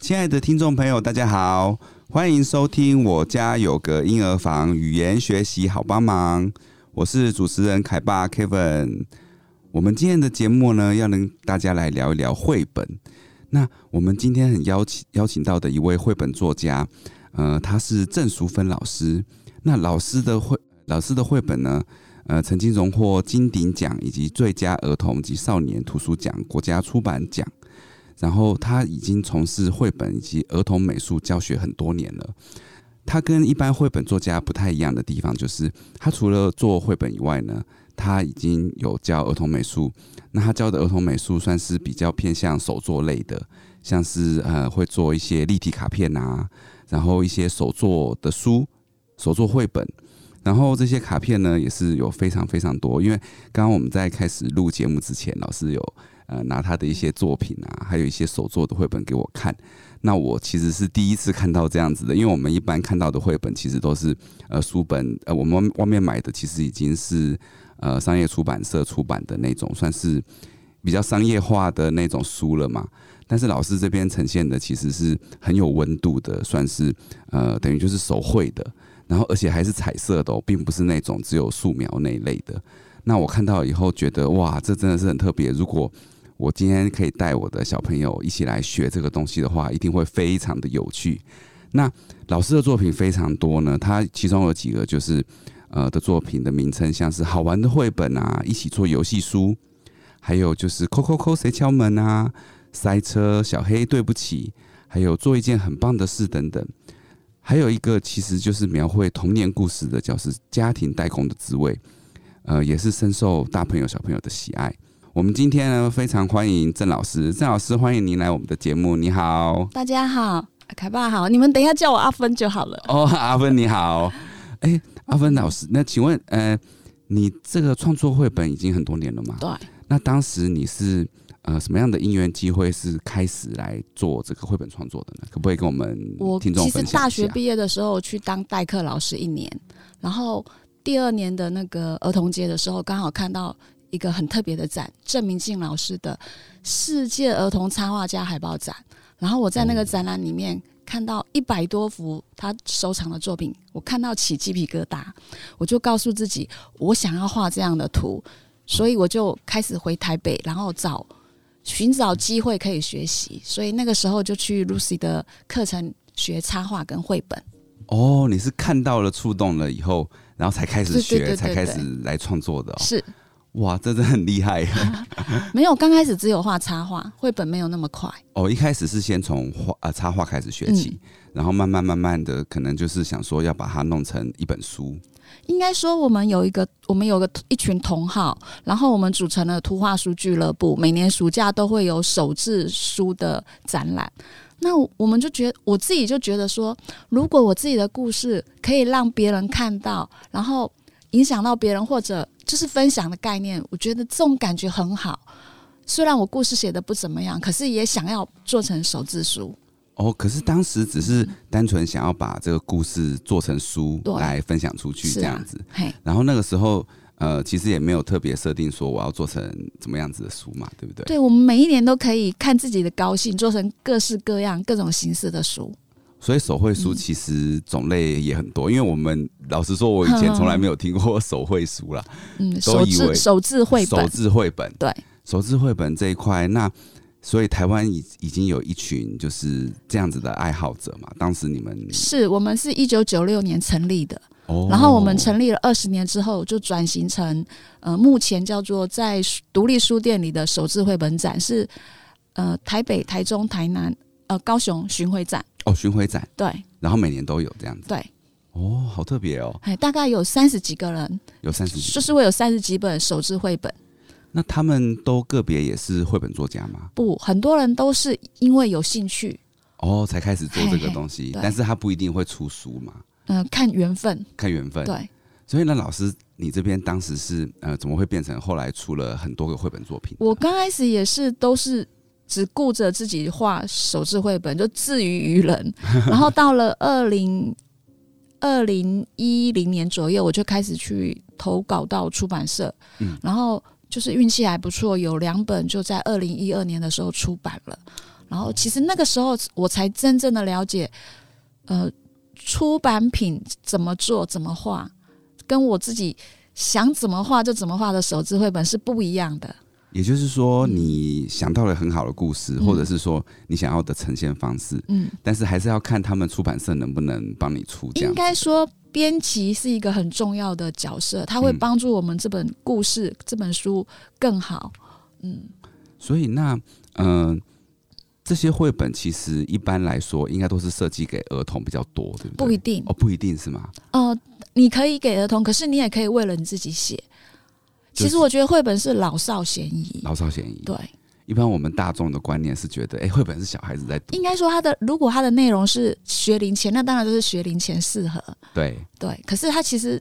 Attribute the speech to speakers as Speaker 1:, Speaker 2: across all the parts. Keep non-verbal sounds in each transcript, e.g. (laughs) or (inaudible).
Speaker 1: 亲爱的听众朋友，大家好，欢迎收听《我家有个婴儿房》语言学习好帮忙，我是主持人凯爸 Kevin。我们今天的节目呢，要跟大家来聊一聊绘本。那我们今天很邀请邀请到的一位绘本作家，呃，他是郑淑芬老师。那老师的绘老师的绘本呢，呃，曾经荣获金鼎奖以及最佳儿童及少年图书奖、国家出版奖。然后他已经从事绘本以及儿童美术教学很多年了。他跟一般绘本作家不太一样的地方，就是他除了做绘本以外呢，他已经有教儿童美术。那他教的儿童美术算是比较偏向手作类的，像是呃会做一些立体卡片啊，然后一些手作的书、手作绘本。然后这些卡片呢，也是有非常非常多，因为刚刚我们在开始录节目之前，老师有呃拿他的一些作品啊，还有一些手作的绘本给我看。那我其实是第一次看到这样子的，因为我们一般看到的绘本其实都是呃书本，呃我们外面买的其实已经是呃商业出版社出版的那种，算是比较商业化的那种书了嘛。但是老师这边呈现的其实是很有温度的，算是呃等于就是手绘的，然后而且还是彩色的、哦，并不是那种只有素描那一类的。那我看到以后觉得哇，这真的是很特别。如果我今天可以带我的小朋友一起来学这个东西的话，一定会非常的有趣。那老师的作品非常多呢，他其中有几个就是呃的作品的名称，像是好玩的绘本啊，一起做游戏书，还有就是扣扣扣谁敲门啊，塞车小黑对不起，还有做一件很棒的事等等。还有一个其实就是描绘童年故事的，叫是家庭代工的滋味。呃，也是深受大朋友小朋友的喜爱。我们今天呢，非常欢迎郑老师，郑老师欢迎您来我们的节目，你好。
Speaker 2: 大家好，凯爸好，你们等一下叫我阿芬就好了。
Speaker 1: 哦， (laughs) 阿芬你好，哎、阿芬老师，那请问，呃，你这个创作绘本已经很多年了吗？
Speaker 2: 对，
Speaker 1: 那当时你是呃什么样的因缘机会是开始来做这个绘本创作的呢？可不可以跟我们
Speaker 2: 我
Speaker 1: 听
Speaker 2: 其
Speaker 1: 众
Speaker 2: 实
Speaker 1: 分享一下？
Speaker 2: 大学毕业的时候去当代课老师一年，然后第二年的那个儿童节的时候，刚好看到一个很特别的展，郑明静老师的世界儿童插画家海报展，然后我在那个展览里面。看到一百多幅他收藏的作品，我看到起鸡皮疙瘩，我就告诉自己，我想要画这样的图，所以我就开始回台北，然后找寻找机会可以学习，所以那个时候就去 Lucy 的课程学插画跟绘本。
Speaker 1: 哦，你是看到了触动了以后，然后才开始
Speaker 2: 对对
Speaker 1: 学，
Speaker 2: 对对
Speaker 1: 才
Speaker 2: 对
Speaker 1: 开始来创作的、哦。
Speaker 2: 是
Speaker 1: 哇，这真的很厉害。哦
Speaker 2: 没有刚开始只有画插画，绘本没有那么快。
Speaker 1: 哦，一开始是先从画呃插画开始学起，
Speaker 2: 嗯
Speaker 1: 然后慢慢慢慢的，可能就是想说要把它弄成一本书。
Speaker 2: 应该说，我们有一个，我们有个一群同好，然后我们组成了图画书俱乐部，每年暑假都会有手制书的展览。那我我们就觉我自己就觉得说，如果我自己的故事可以让别人看到，然后影响到别人，或者就是分享的概念，我觉得这种感觉很好。虽然我故事写的不怎么样，可是也想要做成手制书。
Speaker 1: 哦，可是当时只是单纯想要把这个故事做成书
Speaker 2: 对
Speaker 1: 来分享出去
Speaker 2: 是
Speaker 1: 这
Speaker 2: 啊
Speaker 1: 样子。
Speaker 2: 嘿，
Speaker 1: 然后那个时候，呃，其实也没有特别设定说我要做成怎么样子的书嘛，对不对？
Speaker 2: 对我们每一年都可以看自己的高兴，做成各式各样、各种形式的书。
Speaker 1: 所以手绘
Speaker 2: 嗯
Speaker 1: 书其实种类也很多，因为我们老实说，我以前从来没有听过手绘书啦，
Speaker 2: 嗯，
Speaker 1: 都
Speaker 2: 手
Speaker 1: 以为嗯
Speaker 2: 制手制绘
Speaker 1: 手
Speaker 2: 本，
Speaker 1: 制绘本，
Speaker 2: 对，
Speaker 1: 手制绘本这一块，那所以台湾已已经有一群就是这样子的爱好者嘛。当时你们
Speaker 2: 是我们是一九九六年成立的，
Speaker 1: 哦
Speaker 2: 然后我们成立了二十年之后，就转型成呃，目前叫做在书独立书店里的手制绘本展，是呃台北、台中、台南、呃高雄巡回展，
Speaker 1: 哦巡回展，
Speaker 2: 对
Speaker 1: 然后每年都有这样子
Speaker 2: 对，
Speaker 1: 哦，好特别哦，
Speaker 2: 哎，大概有三十几个人，
Speaker 1: 有三十几。
Speaker 2: 就是会有三十几本手制绘本。
Speaker 1: 那他们都个别也是绘本作家嘛，
Speaker 2: 不，很多人都是因为有兴趣，
Speaker 1: 哦，才开始做这个东西，
Speaker 2: 嘿嘿对
Speaker 1: 但是他不一定会出书嘛，
Speaker 2: 嗯、看缘分，
Speaker 1: 看缘分。
Speaker 2: 对。
Speaker 1: 所以呢，老师，你这边当时是呃，怎么会变成后来出了很多个绘本作品？
Speaker 2: 我刚开始也是都是只顾着自己画手制绘本，就 (laughs) 自娱于人。 (laughs) 然后到了二零二零一零年左右，我就开始去投稿到出版社，
Speaker 1: 嗯
Speaker 2: 然后就是运气还不错，有两本就在二零一二年的时候出版了。然后其实那个时候我才真正的了解，呃，出版品怎么做、怎么画，跟我自己想怎么画就怎么画的手字绘本是不一样的。
Speaker 1: 也就是说，你想到了很好的故事，
Speaker 2: 嗯
Speaker 1: 或者是说你想要的呈现方式，
Speaker 2: 嗯，
Speaker 1: 但是还是要看他们出版社能不能帮你出这
Speaker 2: 应
Speaker 1: 样。
Speaker 2: 该说，编辑是一个很重要的角色，他会
Speaker 1: 嗯
Speaker 2: 帮助我们这本故事、这本书更好。嗯，
Speaker 1: 所以那嗯、呃这些绘本其实一般来说应该都是设计给儿童比较多，对不对？
Speaker 2: 不一定
Speaker 1: 哦，不一定是吗？
Speaker 2: 哦，你可以给儿童，可是你也可以为了你自己写。
Speaker 1: 就是
Speaker 2: 其实我觉得绘本是老少咸宜，
Speaker 1: 老少咸宜。
Speaker 2: 对，
Speaker 1: 一般我们大众的观念是觉得，哎、绘本是小孩子在读
Speaker 2: 应，该说它的如果它的内容是学龄前，那当然就是学龄前适合，
Speaker 1: 对，
Speaker 2: 对。可是它其实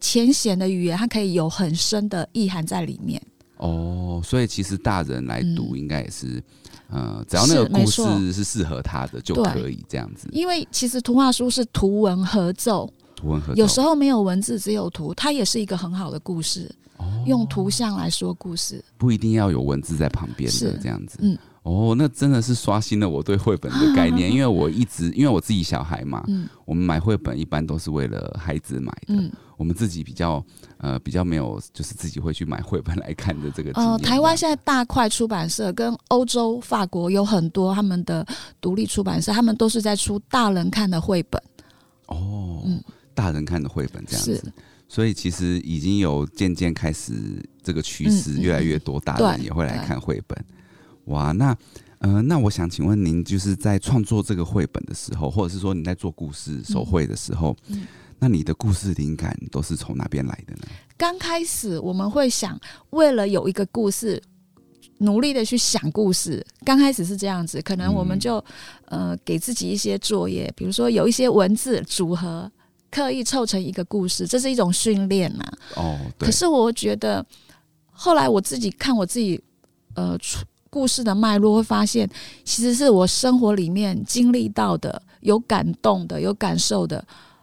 Speaker 2: 浅显的语言，它可以有很深的意涵在里面。
Speaker 1: 哦，所以其实大人来读
Speaker 2: 嗯
Speaker 1: 应该也是，呃，只要那个
Speaker 2: 是没
Speaker 1: 故
Speaker 2: 错
Speaker 1: 事是适合他的就
Speaker 2: 对
Speaker 1: 可以这样子。
Speaker 2: 因为其实图画书是图文合奏，
Speaker 1: 图文合
Speaker 2: 有时
Speaker 1: 候
Speaker 2: 候没有文字，只有图，它也是一个很好的故事，
Speaker 1: 哦
Speaker 2: 用图像来说故事。
Speaker 1: 不一定要有文字在旁边的
Speaker 2: 是
Speaker 1: 这样子。
Speaker 2: 嗯
Speaker 1: 哦，那真的是刷新了我对绘本的概
Speaker 2: (laughs)
Speaker 1: 念，因为我一直因为我自己小孩嘛，
Speaker 2: 嗯
Speaker 1: 我们买绘本一般都是为了孩子买的，
Speaker 2: 嗯，
Speaker 1: 我们自己比较呃比较没有就是自己会去买绘本来看的这个经验。
Speaker 2: 呃，台湾现在大块出版社跟欧洲、法国有很多他们的独立出版社，他们都是在出大人看的绘本，
Speaker 1: 哦，
Speaker 2: 嗯
Speaker 1: 大人看的绘本这样
Speaker 2: 是
Speaker 1: 子，所以其实已经有渐渐开始这个趋
Speaker 2: 嗯
Speaker 1: 势，
Speaker 2: 嗯
Speaker 1: 越来越多大人
Speaker 2: 对
Speaker 1: 也会来
Speaker 2: 对
Speaker 1: 看绘本。哇，那呃，那我想请问您，就是在创作这个绘本的时候，或者是说你在做故事手绘的时候，
Speaker 2: 嗯
Speaker 1: 那你的故事灵感都是从哪边来的呢？
Speaker 2: 刚开始我们会想，为了有一个故事，努力的去想故事。刚开始是这样子，可能我们
Speaker 1: 嗯
Speaker 2: 就、呃给自己一些作业，比如说有一些文字组合，刻意凑成一个故事，这是一种训练啊呐、
Speaker 1: 哦，对
Speaker 2: 可，是我觉得，后来我自己看我自己呃出故事的脉络，会发现其实是我生活里面经历到的，有感动的，有感受的。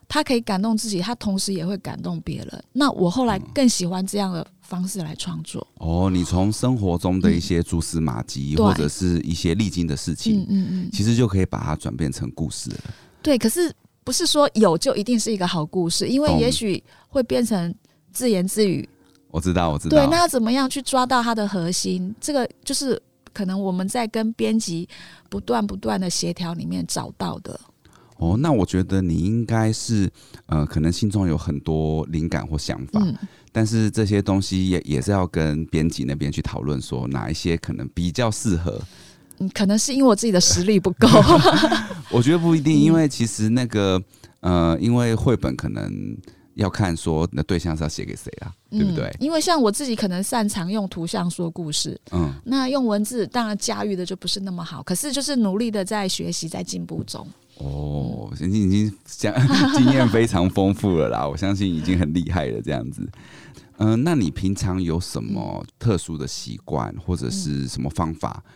Speaker 2: 他可以感动自己，他同时也会感动别人。那我
Speaker 1: 嗯
Speaker 2: 后来更喜欢这样的方式来创作。
Speaker 1: 哦，你从生活中的一些蛛丝马迹，
Speaker 2: 嗯对
Speaker 1: 或者是一些历经的事
Speaker 2: 嗯
Speaker 1: 情，
Speaker 2: 嗯嗯，
Speaker 1: 其实就可以把它转变成故事了。
Speaker 2: 对。可是不是说有就一定是一个好故事，因为
Speaker 1: 懂
Speaker 2: 也许会变成自言自语，
Speaker 1: 我知道，我知道。
Speaker 2: 对，那要怎么样去抓到它的核心？这个就是可能我们在跟编辑不断不断的协调里面找到的。
Speaker 1: 哦，那我觉得你应该是，呃，可能心中有很多灵感或想法，
Speaker 2: 嗯，
Speaker 1: 但是这些东西也也是要跟编辑那边去讨论，说哪一些可能比较适合。
Speaker 2: 嗯可能是因为我自己的实力不够。
Speaker 1: 我觉得不一定，
Speaker 2: 嗯
Speaker 1: 因为其实那个，呃，因为绘本可能要看说那对象是要写给谁啦， (laughs) 对不对
Speaker 2: 嗯？？因为像我自己可能擅长用图像说故事，
Speaker 1: 嗯，
Speaker 2: 那用文字当然驾驭的就不是那么好，可是就是努力的在学习，在进步中。
Speaker 1: 哦，已经已经
Speaker 2: (laughs)
Speaker 1: 讲经验非常丰富了啦，我相信已经很厉害了这样子。嗯、那你平常有什么特殊的习惯或者是什么方法？
Speaker 2: 嗯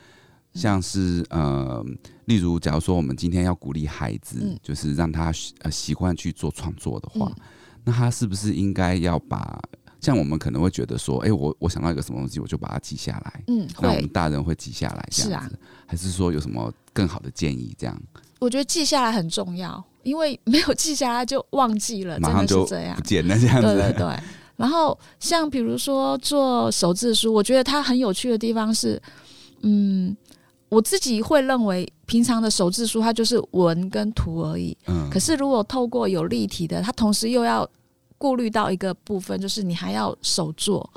Speaker 1: 像是呃，例如，假如说我们今天要鼓励孩子，
Speaker 2: 嗯
Speaker 1: 就是让他习呃习惯去做创作的话，
Speaker 2: 嗯
Speaker 1: 那他是不是应该要把？像我们可能会觉得说，哎、我我想到一个什么东西，我就把它记下来。
Speaker 2: 嗯，
Speaker 1: 那我
Speaker 2: 会
Speaker 1: 们，大人会记下来这
Speaker 2: 是
Speaker 1: 样
Speaker 2: 啊
Speaker 1: 子，还是说有什么更好的建议这样？
Speaker 2: 我觉得记下来很重要，因为没有记下来就忘记了，
Speaker 1: 马
Speaker 2: 真
Speaker 1: 上
Speaker 2: 的
Speaker 1: 就是
Speaker 2: 这样
Speaker 1: 不。见了这样
Speaker 2: 对对
Speaker 1: 子。
Speaker 2: 对。然后像比如说做手字书，我觉得它很有趣的地方是，嗯，我自己会认为平常的手字书它就是文跟图而已。
Speaker 1: 嗯
Speaker 2: 可是如果透过有立体的，它同时又要顾虑到一个部分，就是你还要手做。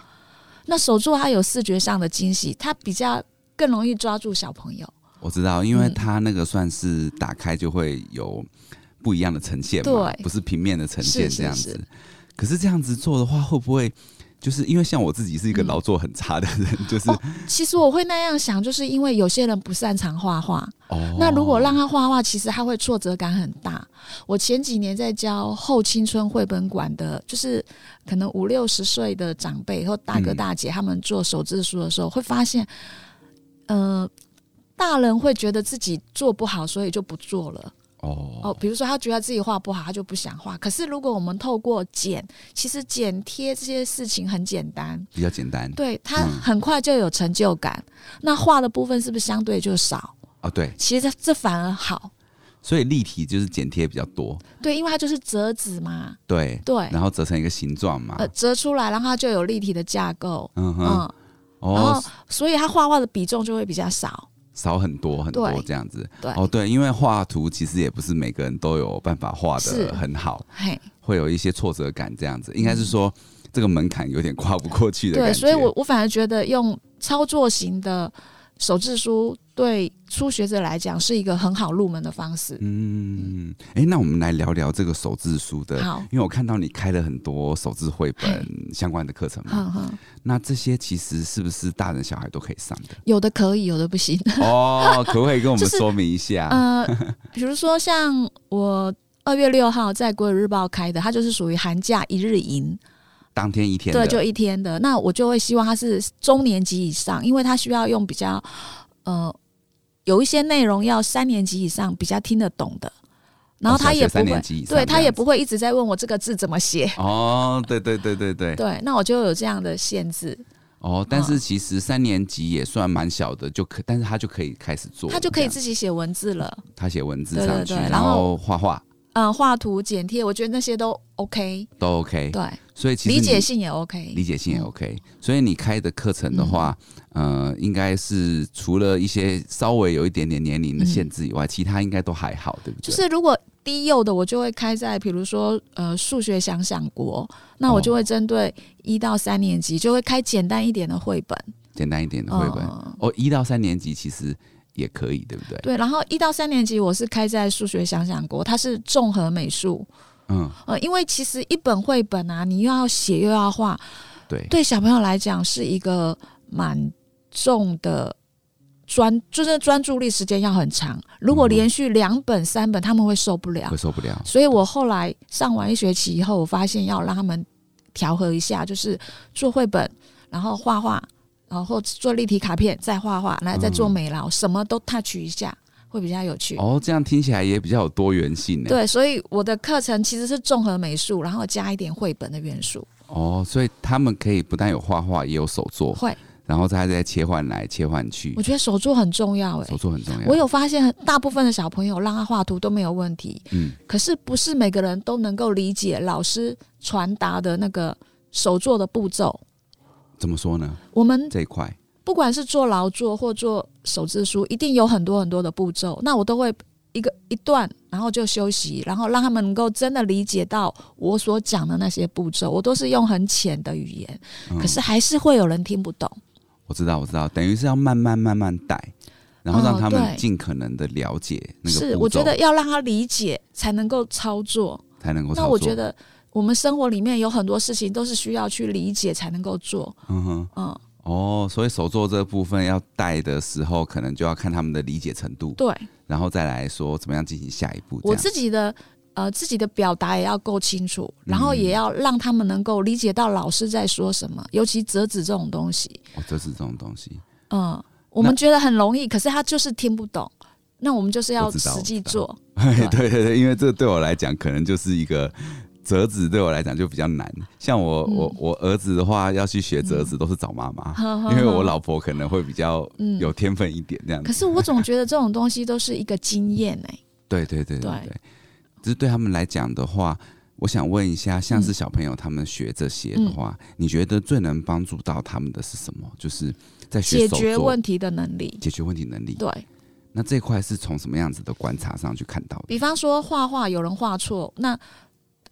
Speaker 2: 那手做它有视觉上的惊喜，它比较更容易抓住小朋友。
Speaker 1: 我知道，因为
Speaker 2: 嗯
Speaker 1: 它那个算是打开就会有不一样的呈现嘛，
Speaker 2: 对
Speaker 1: 不是平面的呈现
Speaker 2: 是是
Speaker 1: 这样子。
Speaker 2: 是
Speaker 1: 可是这样子做的话，会不会就是因为像我自己是一个
Speaker 2: 嗯
Speaker 1: 劳作很差的人，就是
Speaker 2: 哦其实我会那样想，就是因为有些人不擅长画画，
Speaker 1: 哦
Speaker 2: 那如果让他画画，其实他会挫折感很大。我前几年在教后青春绘本馆的，就是可能五六十岁的长辈或大哥
Speaker 1: 嗯
Speaker 2: 大姐，他们做手制书的时候，会发现，呃，大人会觉得自己做不好，所以就不做了。哦，
Speaker 1: 哦
Speaker 2: 比如说他觉得自己画不好，他就不想画。可是如果我们透过剪，其实剪贴这些事情很简单，
Speaker 1: 比较简单
Speaker 2: 对他
Speaker 1: 嗯
Speaker 2: 很快就有成就感。那画的部分是不是相对就少？
Speaker 1: 啊，对，
Speaker 2: 其实这这反而好，
Speaker 1: 所以立体就是剪贴比较多，
Speaker 2: 对，因为它就是折纸嘛，
Speaker 1: 对，
Speaker 2: 对，
Speaker 1: 然后折成一个形状嘛，
Speaker 2: 呃，折出来，然后它就有立体的架构，
Speaker 1: 嗯哼，
Speaker 2: 嗯，然
Speaker 1: 哦
Speaker 2: 后，所以它画画的比重就会比较少，
Speaker 1: 少很多很多
Speaker 2: 对
Speaker 1: 这样子。
Speaker 2: 对，
Speaker 1: 哦，对，因为画图其实也不是每个人都有办法画
Speaker 2: 是
Speaker 1: 的很好，
Speaker 2: 嘿，
Speaker 1: 会有一些挫折感这样子。应该是说这个门槛有点跨不过去的感
Speaker 2: 嗯对，
Speaker 1: 觉。
Speaker 2: 所以我我反而觉得用操作型的手制书对初学者来讲是一个很好入门的方式。
Speaker 1: 嗯，哎、那我们来聊聊这个手字书的。
Speaker 2: 好，
Speaker 1: 因为我看到你开了很多手字绘本相关的课程嘛，
Speaker 2: 哼哼，
Speaker 1: 那这些其实是不是大人小孩都可以上
Speaker 2: (laughs)
Speaker 1: 的？
Speaker 2: 有的可以，有的不行。
Speaker 1: 哦，可不可以跟我们
Speaker 2: 就是
Speaker 1: 说明一下？ (laughs)
Speaker 2: 呃，比如说像我二月六号在《国语日报》开的，它就是属于寒假一日营，
Speaker 1: 当天一天的
Speaker 2: 对，就一天的。那我就会希望它是中年级以上，因为它需要用比较呃有一些内容要三年级以上比较听得懂的，然后
Speaker 1: 哦小
Speaker 2: 他
Speaker 1: 学
Speaker 2: 也不
Speaker 1: 三
Speaker 2: 会
Speaker 1: 年，级以上
Speaker 2: 对他
Speaker 1: 这
Speaker 2: 也
Speaker 1: 样子
Speaker 2: 不会一直在问我这个字怎么
Speaker 1: (laughs)
Speaker 2: 写。
Speaker 1: 哦，对对对对对
Speaker 2: 对，那我就有这样的限制，
Speaker 1: 哦，但是其实三年级也算蛮小的，就可，但是他就可以开始做，
Speaker 2: 他就可以
Speaker 1: 这样
Speaker 2: 自己写文字了，
Speaker 1: 他写文字
Speaker 2: 对
Speaker 1: 上
Speaker 2: 对
Speaker 1: 去，
Speaker 2: 对
Speaker 1: 然
Speaker 2: 然
Speaker 1: 后
Speaker 2: 后
Speaker 1: 画画
Speaker 2: 嗯，画图、剪贴，我觉得那些都 OK，
Speaker 1: 都 OK，
Speaker 2: 对，
Speaker 1: 所以其实
Speaker 2: 理解
Speaker 1: 你
Speaker 2: 性也 OK，
Speaker 1: 理解性也
Speaker 2: 嗯
Speaker 1: OK，所以你开的课程的话，呃，应该是除了一些稍微有一点点年龄的限制以外，其他应该都还好，对不对？
Speaker 2: 就是如果低幼的，我就会开在比如说呃数学想想国，那我就
Speaker 1: 哦
Speaker 2: 会针对一到三年级就会开简单一点的绘本，
Speaker 1: 简单一点的绘本
Speaker 2: 嗯
Speaker 1: 哦，一到三年级其实也可以，对不对？
Speaker 2: 对，然后一到三年级我是开在数学想想国，它是综合美术，
Speaker 1: 嗯，
Speaker 2: 呃，因为其实一本绘本啊，你又要写又要画，
Speaker 1: 对，
Speaker 2: 对啊小朋友来讲是一个蛮重的专，就是专注力时间要很长。如果
Speaker 1: 嗯
Speaker 2: 连续两本、三本，他们会受不了
Speaker 1: 啊会。受不了。
Speaker 2: 所以我后来上完一学期以后，我发现要让他们调和一下，就是做绘本，然后画画，然后做立体卡片，再画画，然后再做美劳，什么都 touch 一下，会比较有趣。
Speaker 1: 嗯哦，这样听起来也比较有多元性呢。
Speaker 2: 对，所以我的课程其实是综合美术，然后加一点绘本的元素。
Speaker 1: 哦，所以他们可以不但有画画，也有手作，
Speaker 2: 会，
Speaker 1: 然后再再切换来切换去
Speaker 2: 我，觉得手作很重要、欸。
Speaker 1: 嗯手作很啊重要。
Speaker 2: 我有发现，大部分的小朋友让他画图都没有问题，
Speaker 1: 嗯，
Speaker 2: 可是不是每个人都能够理解老师传达的那个手做的步骤。
Speaker 1: 怎么说呢？
Speaker 2: 我们
Speaker 1: 这一块
Speaker 2: 不管是做劳作或做手字书，一定有很多很多的步骤。那我都会一个一段，然后就休息，然后让他们能够真的理解到我所讲的那些步骤。我都是用很浅的语言，
Speaker 1: 嗯
Speaker 2: 可是还是会有人听不懂。
Speaker 1: 我知道，我知道，等于是要慢慢慢慢带，然后让
Speaker 2: 哦
Speaker 1: 他们
Speaker 2: 对
Speaker 1: 尽可能的了解那个步骤，
Speaker 2: 是，我觉得要让他理解才能够操作。
Speaker 1: 才能够操
Speaker 2: 那
Speaker 1: 作。
Speaker 2: 我觉，得我们生活里面有很多事情都是需要去理解才能够做，
Speaker 1: 嗯哼，
Speaker 2: 嗯，
Speaker 1: 哦，所以手作这部分要带的时候，可能就要看他们的理解程度，
Speaker 2: 对
Speaker 1: 然后再来说怎么样进行下一步。这
Speaker 2: 我
Speaker 1: 样
Speaker 2: 自己的呃自己的表达也要够清楚，然后
Speaker 1: 嗯
Speaker 2: 也要让他们能够理解到老师在说什么，尤其折纸这种东西，
Speaker 1: 哦，这是这种东西，
Speaker 2: 嗯，我们觉得很容易，可是他就是听不懂，那我们就是要
Speaker 1: 我知道
Speaker 2: 实
Speaker 1: 我
Speaker 2: 际
Speaker 1: 知道
Speaker 2: 做，
Speaker 1: 对
Speaker 2: (laughs) 对
Speaker 1: (laughs)
Speaker 2: 啊
Speaker 1: 对对，因为这对我来讲，可能就是一个折纸，对我来讲就比较难。像我、
Speaker 2: 嗯
Speaker 1: 我我儿子的话，要去学折纸都是找妈妈，因为我老婆可能会比较
Speaker 2: 嗯
Speaker 1: 有天分一点这样子。
Speaker 2: 可是我总觉得这种东西都是一个经验哎、
Speaker 1: (laughs) 对对对对
Speaker 2: 对
Speaker 1: 对，只是对他们来讲的话，我想问一下，像是
Speaker 2: 嗯
Speaker 1: 小朋友他们学这些的话，你觉得最能帮助到他们的是什么？就是在学
Speaker 2: 解
Speaker 1: 手
Speaker 2: 决
Speaker 1: 作
Speaker 2: 问题的能力，
Speaker 1: 解决问题能力。
Speaker 2: 对。
Speaker 1: 那这块是从什么样子的观察上去看到的？
Speaker 2: 比方说画画，有人画错，那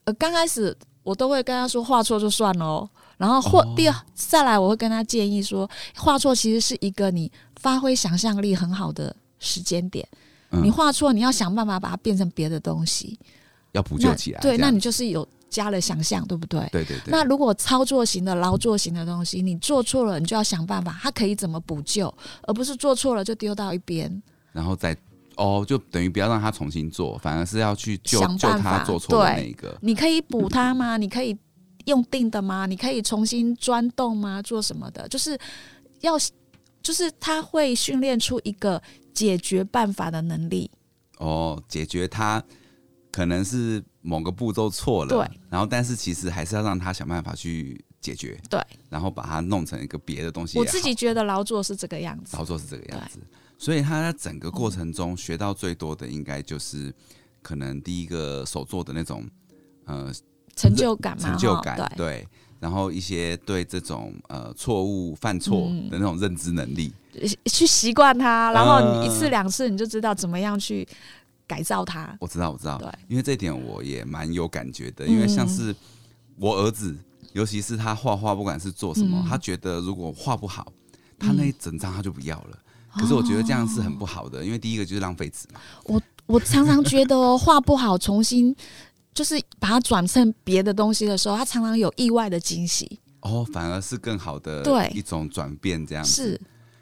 Speaker 2: 呃刚开始我都会跟他说画错就算了哦，然后或、
Speaker 1: 哦
Speaker 2: 第二再来我会跟他建议说，画错其实是一个你发挥想象力很好的时间点。
Speaker 1: 嗯
Speaker 2: 你画错，你要想办法把它变成别的东西，
Speaker 1: 要补救
Speaker 2: 那
Speaker 1: 起来。
Speaker 2: 对，
Speaker 1: 这
Speaker 2: 那
Speaker 1: 样
Speaker 2: 你就是有加了想象，对不对？
Speaker 1: 对对对，
Speaker 2: 那如果操作型的、劳作型的东西，你做错了，你就要想办法，它可以怎么补救，而不是做错了就丢到一边。
Speaker 1: 然后再哦，就等于不要让他重新做，反而是要去救
Speaker 2: 想
Speaker 1: 救
Speaker 2: 办
Speaker 1: 他
Speaker 2: 法
Speaker 1: 做错的那
Speaker 2: 对
Speaker 1: 一个。
Speaker 2: 你可以补它吗？你可以用定的吗？你可以重新钻洞吗？做什么的？就是要，就是他会训练出一个解决办法的能力。
Speaker 1: 哦，解决他可能是某个步骤错了，
Speaker 2: 对，
Speaker 1: 然后但是其实还是要让他想办法去解决，
Speaker 2: 对，
Speaker 1: 然后把它弄成一个别的东西也
Speaker 2: 我
Speaker 1: 好。
Speaker 2: 自己觉得劳作是这个样子
Speaker 1: 操，作是这个样子，所以他在整个过程中学到最多的，应该就是可能第一个手做的那种呃
Speaker 2: 成就感嘛，
Speaker 1: 成就
Speaker 2: 哈
Speaker 1: 感，
Speaker 2: 嗯哦对。
Speaker 1: 对，然后一些对这种呃错误犯错
Speaker 2: 嗯
Speaker 1: 的那种认知能力，
Speaker 2: 去习惯它，然后你一次
Speaker 1: 嗯
Speaker 2: 两次你就知道怎么样去改造它。
Speaker 1: 我知道，我知道
Speaker 2: 对，嗯
Speaker 1: 因为这一点我也蛮有感觉的，因为像是我儿子，尤其是他画画，不管是做什么，
Speaker 2: 嗯
Speaker 1: 他觉得如果画不好，他那一整张他就不要了。可是我觉得这样是很不好的，因为第一个就是浪费纸嘛。
Speaker 2: 我常常觉得哦，画不好，重新就是把它转成别的东西的时候，它常常有意外的惊喜。
Speaker 1: 哦，反而是更好的
Speaker 2: 对
Speaker 1: 一种转变，这样子。
Speaker 2: 是，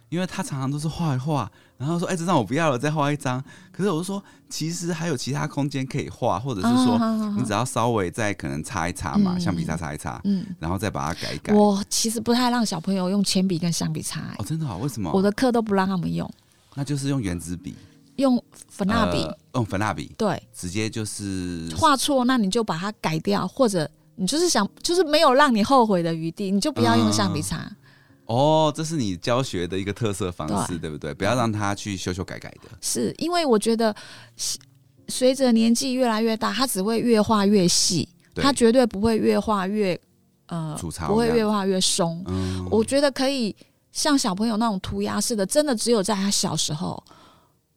Speaker 1: 因为他常常都是画一画，然后说：“哎、这张我不要了，再画一张。”可是我就说，其实还有其他空间可以画，或者是说，
Speaker 2: 啊
Speaker 1: 你只要稍微再可能擦一擦嘛，
Speaker 2: 嗯
Speaker 1: 橡皮擦擦一擦，
Speaker 2: 嗯，
Speaker 1: 然后再把它改一改。哦，
Speaker 2: 我其实不太让小朋友用铅笔跟橡皮擦、欸
Speaker 1: 真的、哦？为什么？
Speaker 2: 我的课都不让他们用，
Speaker 1: 那就是用原子笔、
Speaker 2: 用粉蜡笔。
Speaker 1: 呃用粉蜡笔，
Speaker 2: 对，
Speaker 1: 直接就是
Speaker 2: 画错那你就把它改掉，或者你就是想，就是没有让你后悔的余地，你就不
Speaker 1: 嗯
Speaker 2: 要用橡皮擦。
Speaker 1: 哦，这是你教学的一个特色方式，对不对？不要让他去修修改改的。
Speaker 2: 是因为我觉得是随着年纪越来越大，他只会越画越细，
Speaker 1: 对
Speaker 2: 他绝对不会越画越呃
Speaker 1: 粗糙
Speaker 2: 不会
Speaker 1: 这
Speaker 2: 越
Speaker 1: 样
Speaker 2: 画越松。
Speaker 1: 嗯，
Speaker 2: 我觉得可以像小朋友那种涂鸦似的，真的只有在他小时候。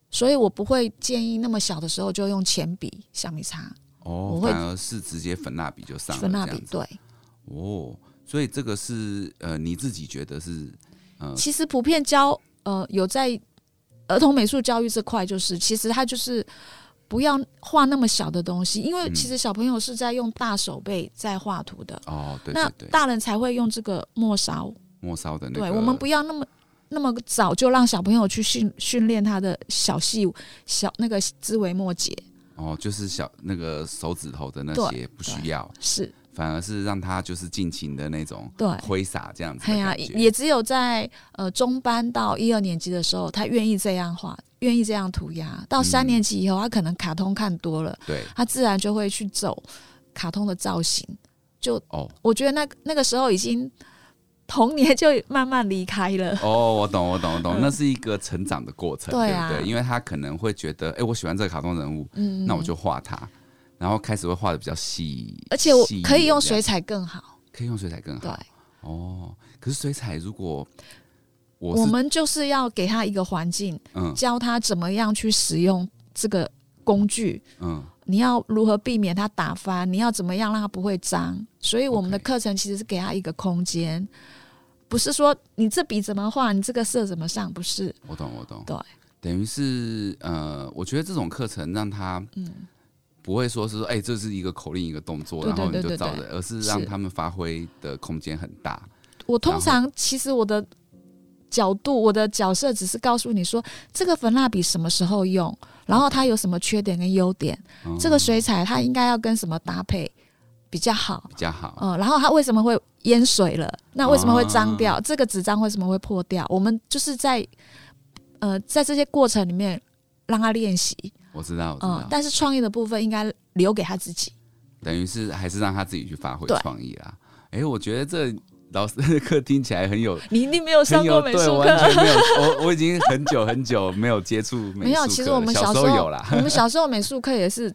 Speaker 2: 所以我不会建议那么小的时候就用铅笔、橡皮擦、
Speaker 1: 哦
Speaker 2: 我，会
Speaker 1: 反而是直接粉蜡笔就上了，
Speaker 2: 粉蜡
Speaker 1: 这
Speaker 2: 笔
Speaker 1: 样。子
Speaker 2: 对，
Speaker 1: 哦，所以这个是呃，你自己觉得是呃
Speaker 2: 其实普遍教呃有在儿童美术教育这块，就是其实他就是不要画那么小的东西，因为
Speaker 1: 嗯
Speaker 2: 其实小朋友是在用大手背在画图的，
Speaker 1: 哦，对
Speaker 2: 那
Speaker 1: 对对，
Speaker 2: 大人才会用这个末梢。
Speaker 1: 末梢的那个，
Speaker 2: 对我们不要那么。那么早就让小朋友去训训练他的小细小那个枝微末节，
Speaker 1: 哦，就是小那个手指头的那
Speaker 2: 对
Speaker 1: 些不需要，
Speaker 2: 是
Speaker 1: 反而是让他就是尽情的那种
Speaker 2: 对，
Speaker 1: 挥洒这样子
Speaker 2: 哎
Speaker 1: 的
Speaker 2: 呀、
Speaker 1: 感
Speaker 2: 也
Speaker 1: 觉。
Speaker 2: 也只有在呃中班到一二年级的时候，他愿意这样画，愿意这样涂鸦。到
Speaker 1: 嗯
Speaker 2: 三年级以后，他可能卡通看多了，
Speaker 1: 对
Speaker 2: 他自然就会去走卡通的造型。就
Speaker 1: 哦
Speaker 2: 我觉得那那个时候已经童年就慢慢离开了，
Speaker 1: 哦，我懂我懂我懂，那是一个成长的过程，
Speaker 2: 嗯对
Speaker 1: 对
Speaker 2: 啊
Speaker 1: 不对？因为他可能会觉得，哎、我喜欢这个卡通人物，
Speaker 2: 嗯，
Speaker 1: 那我就画他，然后开始会画的比较细，
Speaker 2: 而且我
Speaker 1: 细一
Speaker 2: 可以
Speaker 1: 点
Speaker 2: 用
Speaker 1: 这
Speaker 2: 水
Speaker 1: 样，啊
Speaker 2: 彩更好，
Speaker 1: 可以用水彩更
Speaker 2: 对
Speaker 1: 好。。哦，可是水彩如果我是
Speaker 2: 我们就是要给他一个环境，
Speaker 1: 嗯
Speaker 2: 教他怎么样去使用这个工具，
Speaker 1: 嗯
Speaker 2: 你要如何避免他打翻，你要怎么样让他不会脏。所以我们的
Speaker 1: OK
Speaker 2: 课程其实是给他一个空间，不是说你这笔怎么画，你这个色怎么上，不是。
Speaker 1: 我懂，我懂。
Speaker 2: 对，
Speaker 1: 等于是呃，我觉得这种课程让他
Speaker 2: 嗯，
Speaker 1: 不会说是说，哎、这是一个口令一个动作，
Speaker 2: 对
Speaker 1: 然后
Speaker 2: 对
Speaker 1: 你就
Speaker 2: 对对
Speaker 1: 照
Speaker 2: 对
Speaker 1: 着，而是让
Speaker 2: 是
Speaker 1: 他们发挥的空间很大。
Speaker 2: 我通
Speaker 1: 然后
Speaker 2: 常其实我的角度，我的角色只是告诉你说，这个粉蜡笔什么时候用，然后它有什么缺点跟优点，
Speaker 1: 嗯
Speaker 2: 这个水彩它应该要跟什么搭配比较好。
Speaker 1: 比较好。
Speaker 2: 嗯，然后它为什么会淹水了？那为什么会脏掉？
Speaker 1: 嗯
Speaker 2: 这个纸张为什么会破掉？我们就是在呃，在这些过程里面让他练习，
Speaker 1: 我知道，我知
Speaker 2: 嗯
Speaker 1: 道，。
Speaker 2: 但是创意的部分应该留给他自己。
Speaker 1: 等于是还是让他自己去发挥
Speaker 2: 对
Speaker 1: 创意啦。哎、我觉得这老师的课听起来很有。
Speaker 2: 你一定没有 (laughs) 上
Speaker 1: 很有
Speaker 2: 过美
Speaker 1: 哎对，
Speaker 2: 术
Speaker 1: 我
Speaker 2: 课
Speaker 1: 完，全没有，我我已经很久很久没有接触美术课了。
Speaker 2: (laughs) 没有。其实我们
Speaker 1: 小
Speaker 2: 时
Speaker 1: 时
Speaker 2: 候，
Speaker 1: 候有啦，
Speaker 2: 我们小时候美术课也是，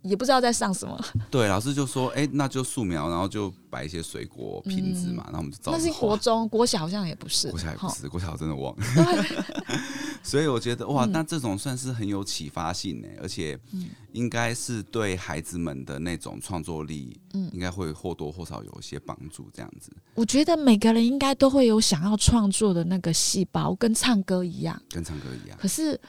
Speaker 2: 也不知道在
Speaker 1: (laughs)
Speaker 2: 上什么，
Speaker 1: 对，老师就说，哎、那就素描，然后就摆一些水果瓶子嘛，然后我们就照
Speaker 2: 嗯那
Speaker 1: 着
Speaker 2: 是
Speaker 1: 画
Speaker 2: 国中、国小好像也不是，
Speaker 1: 国小也不
Speaker 2: 齁
Speaker 1: 是，国小真的忘了。
Speaker 2: 对，
Speaker 1: (laughs) 所以我觉得哇，
Speaker 2: 嗯
Speaker 1: 那这种算是很有启发性呢，而且应该是对孩子们的那种创作力，
Speaker 2: 嗯
Speaker 1: 应该会或多或少有一些帮助。这样子，
Speaker 2: 我觉得每个人应该都会有想要创作的那个细胞，跟唱歌一样。
Speaker 1: 跟唱歌一样，
Speaker 2: 可是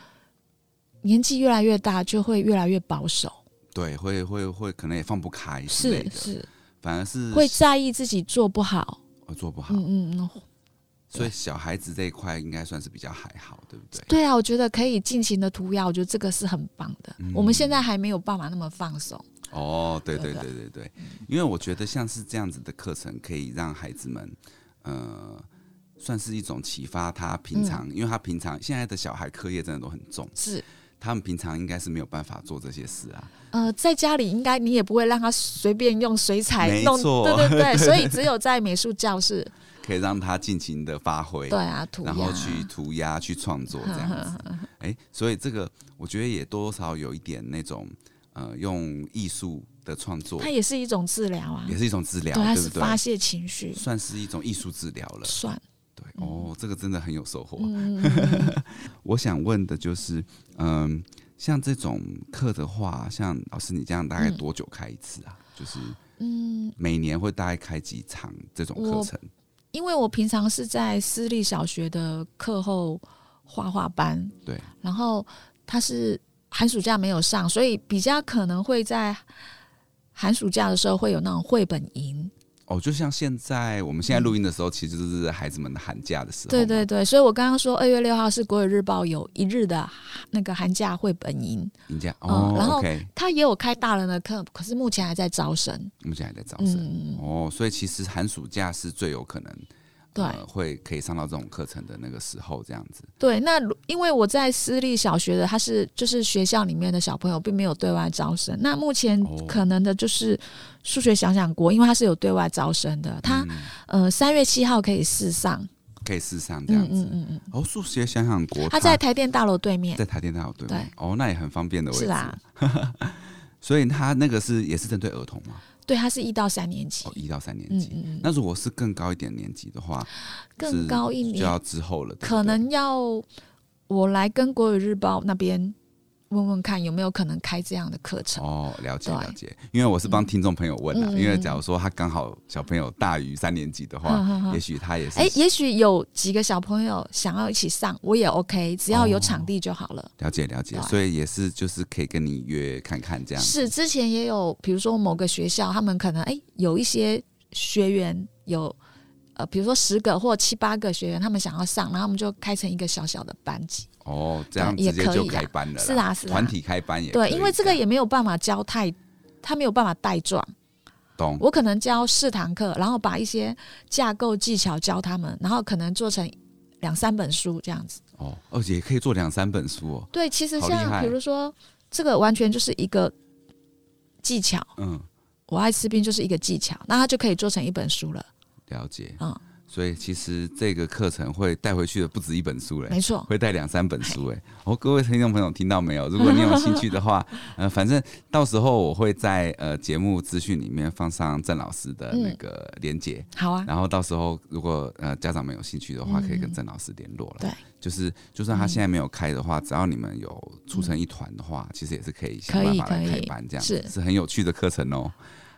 Speaker 2: 年纪越来越大，就会越来越保守，
Speaker 1: 对，会会会，可能也放不开之类
Speaker 2: 是
Speaker 1: 的，
Speaker 2: 是，
Speaker 1: 反而是
Speaker 2: 会在意自己做不好。
Speaker 1: 呃做不好。
Speaker 2: 嗯嗯嗯，
Speaker 1: 所以小孩子这一块应该算是比较还好，对不对？
Speaker 2: 对啊，我觉得可以尽情的涂鸦，我觉得这个是很棒的。
Speaker 1: 嗯
Speaker 2: 我们现在还没有办法那么放松，
Speaker 1: 哦，对对
Speaker 2: 对
Speaker 1: 对
Speaker 2: 不
Speaker 1: 对对因为我觉得像是这样子的课程，可以让孩子们，呃，
Speaker 2: 嗯
Speaker 1: 算是一种启发他平常，因为他平常现在的小孩课业真的都很重，
Speaker 2: 是
Speaker 1: 他们平常应该是没有办法做这些事啊。
Speaker 2: 呃，在家里应该你也不会让他随便用水彩
Speaker 1: 没
Speaker 2: 弄，
Speaker 1: 错
Speaker 2: 对对
Speaker 1: (laughs)
Speaker 2: 对，所以只有在美术教室，
Speaker 1: 可以让他尽情的发挥，
Speaker 2: 对啊，涂鸦，
Speaker 1: 然后去涂鸦、去创作这样子。
Speaker 2: (laughs)
Speaker 1: 哎、所以这个我觉得也多多少少有一点那种呃，用艺术的创作
Speaker 2: 它也是一种治疗啊，
Speaker 1: 也是一种治疗，
Speaker 2: 对，它
Speaker 1: 对
Speaker 2: 是
Speaker 1: 不
Speaker 2: 发
Speaker 1: 对？
Speaker 2: 泄情绪，
Speaker 1: 算是一种艺术治疗了。
Speaker 2: 算，
Speaker 1: 对，哦，这个真的很有收获。
Speaker 2: 嗯，嗯
Speaker 1: (laughs) 我想问的就是，嗯，像这种课的话，像老师你这样大概
Speaker 2: 嗯
Speaker 1: 多久开一次啊？就是
Speaker 2: 嗯，
Speaker 1: 每年会大概开几场这种课
Speaker 2: 我
Speaker 1: 程？
Speaker 2: 因为我平常是在私立小学的课后画画班，
Speaker 1: 对，
Speaker 2: 然后他是寒暑假没有上，所以比较可能会在寒暑假的时候会有那种绘本营，
Speaker 1: 哦，就像现在我们现在录音的时候，其实就是孩子们的寒假的时候。
Speaker 2: 对对，对，所以我刚刚说二月六号是国语日报有一日的那个寒假绘本营，
Speaker 1: 人家
Speaker 2: 嗯
Speaker 1: 哦、
Speaker 2: 然后
Speaker 1: o k
Speaker 2: 他也有开大人的课，可是目前还在招生，
Speaker 1: 目前还在招生。
Speaker 2: 嗯，
Speaker 1: 哦，所以其实寒暑假是最有可能，
Speaker 2: 对
Speaker 1: 呃，会可以上到这种课程的那个时候，这样子。
Speaker 2: 对，那如因为我在私立小学的，他是就是学校里面的小朋友，并没有对外招生。那目前
Speaker 1: 哦
Speaker 2: 可能的就是数学想想国，因为他是有对外招生的，他、
Speaker 1: 嗯哦
Speaker 2: 呃三月七号可以试上，
Speaker 1: 可以试上这样
Speaker 2: 嗯
Speaker 1: 子。
Speaker 2: 嗯嗯嗯，
Speaker 1: 哦，数学想想国，
Speaker 2: 他在台电大楼对面，
Speaker 1: 在台电大楼对吗
Speaker 2: 对
Speaker 1: 哦，那也很方便的位置。
Speaker 2: 是啊啦，
Speaker 1: 所以他那个是也是针对儿童嘛，
Speaker 2: 对，他是一到三年级
Speaker 1: 哦，，一到三年
Speaker 2: 嗯
Speaker 1: 级。
Speaker 2: 嗯嗯，
Speaker 1: 那如果是更高一点年级的话，
Speaker 2: 更高一
Speaker 1: 就
Speaker 2: 年
Speaker 1: 要之后了，对不对
Speaker 2: 可能要我来跟国语日报那边问问看有没有可能开这样的课程。
Speaker 1: 哦，了解
Speaker 2: 对
Speaker 1: 了解，因为我是帮听众朋友问的、
Speaker 2: 嗯嗯嗯
Speaker 1: 因为假如说他刚好小朋友大于三年级的话，
Speaker 2: 哼哼哼
Speaker 1: 也许他也是
Speaker 2: 哎，也许有几个小朋友想要一起上，我也 OK，只要有
Speaker 1: 哦
Speaker 2: 场地就好了。
Speaker 1: 了解了解，
Speaker 2: 对
Speaker 1: 所以也是就是可以跟你约看看这样子。
Speaker 2: 是之前也有，比如说某个学校，他们可能哎有一些学员有呃，比如说十个或七八个学员，他们想要上，然后我们就开成一个小小的班级。
Speaker 1: 哦，这样
Speaker 2: 对
Speaker 1: 直接
Speaker 2: 也可以啊
Speaker 1: 就开班了啦，
Speaker 2: 是啊是啊
Speaker 1: 团体开班也可
Speaker 2: 对，
Speaker 1: 以
Speaker 2: 因为这个
Speaker 1: 样嗯
Speaker 2: 也没有办法教太，他没有办法带状。
Speaker 1: 懂
Speaker 2: 我可能教四堂课，然后把一些架构技巧教他们，然后可能做成两三本书这样子。
Speaker 1: 哦，而且也可以做两三本书哦，
Speaker 2: 对，其实
Speaker 1: 好厉
Speaker 2: 像
Speaker 1: 害
Speaker 2: 比如说这个完全就是一个技巧，
Speaker 1: 嗯，
Speaker 2: 我爱吃冰就是一个技巧，那它就可以做成一本书了。
Speaker 1: 了解，
Speaker 2: 嗯，
Speaker 1: 所以其实这个课程会带回去的不止一本书嘞，
Speaker 2: 没错，
Speaker 1: 会带两三本书哎、哦，各位听众朋友听到没有？如果你有兴趣的话，呃，反正到时候我会在呃节目资讯里面放上郑老师
Speaker 2: 嗯
Speaker 1: 的那个连接、
Speaker 2: 好啊。
Speaker 1: 然后到时候如果呃家长们有兴趣的话，
Speaker 2: 嗯
Speaker 1: 可以跟郑老师联络了。
Speaker 2: 对，
Speaker 1: 就是就算他现在没有开的话，只要你们有促成一团的话，其实也是可以想办法来开班，这样
Speaker 2: 可以可以
Speaker 1: 子是很有趣的课程哦。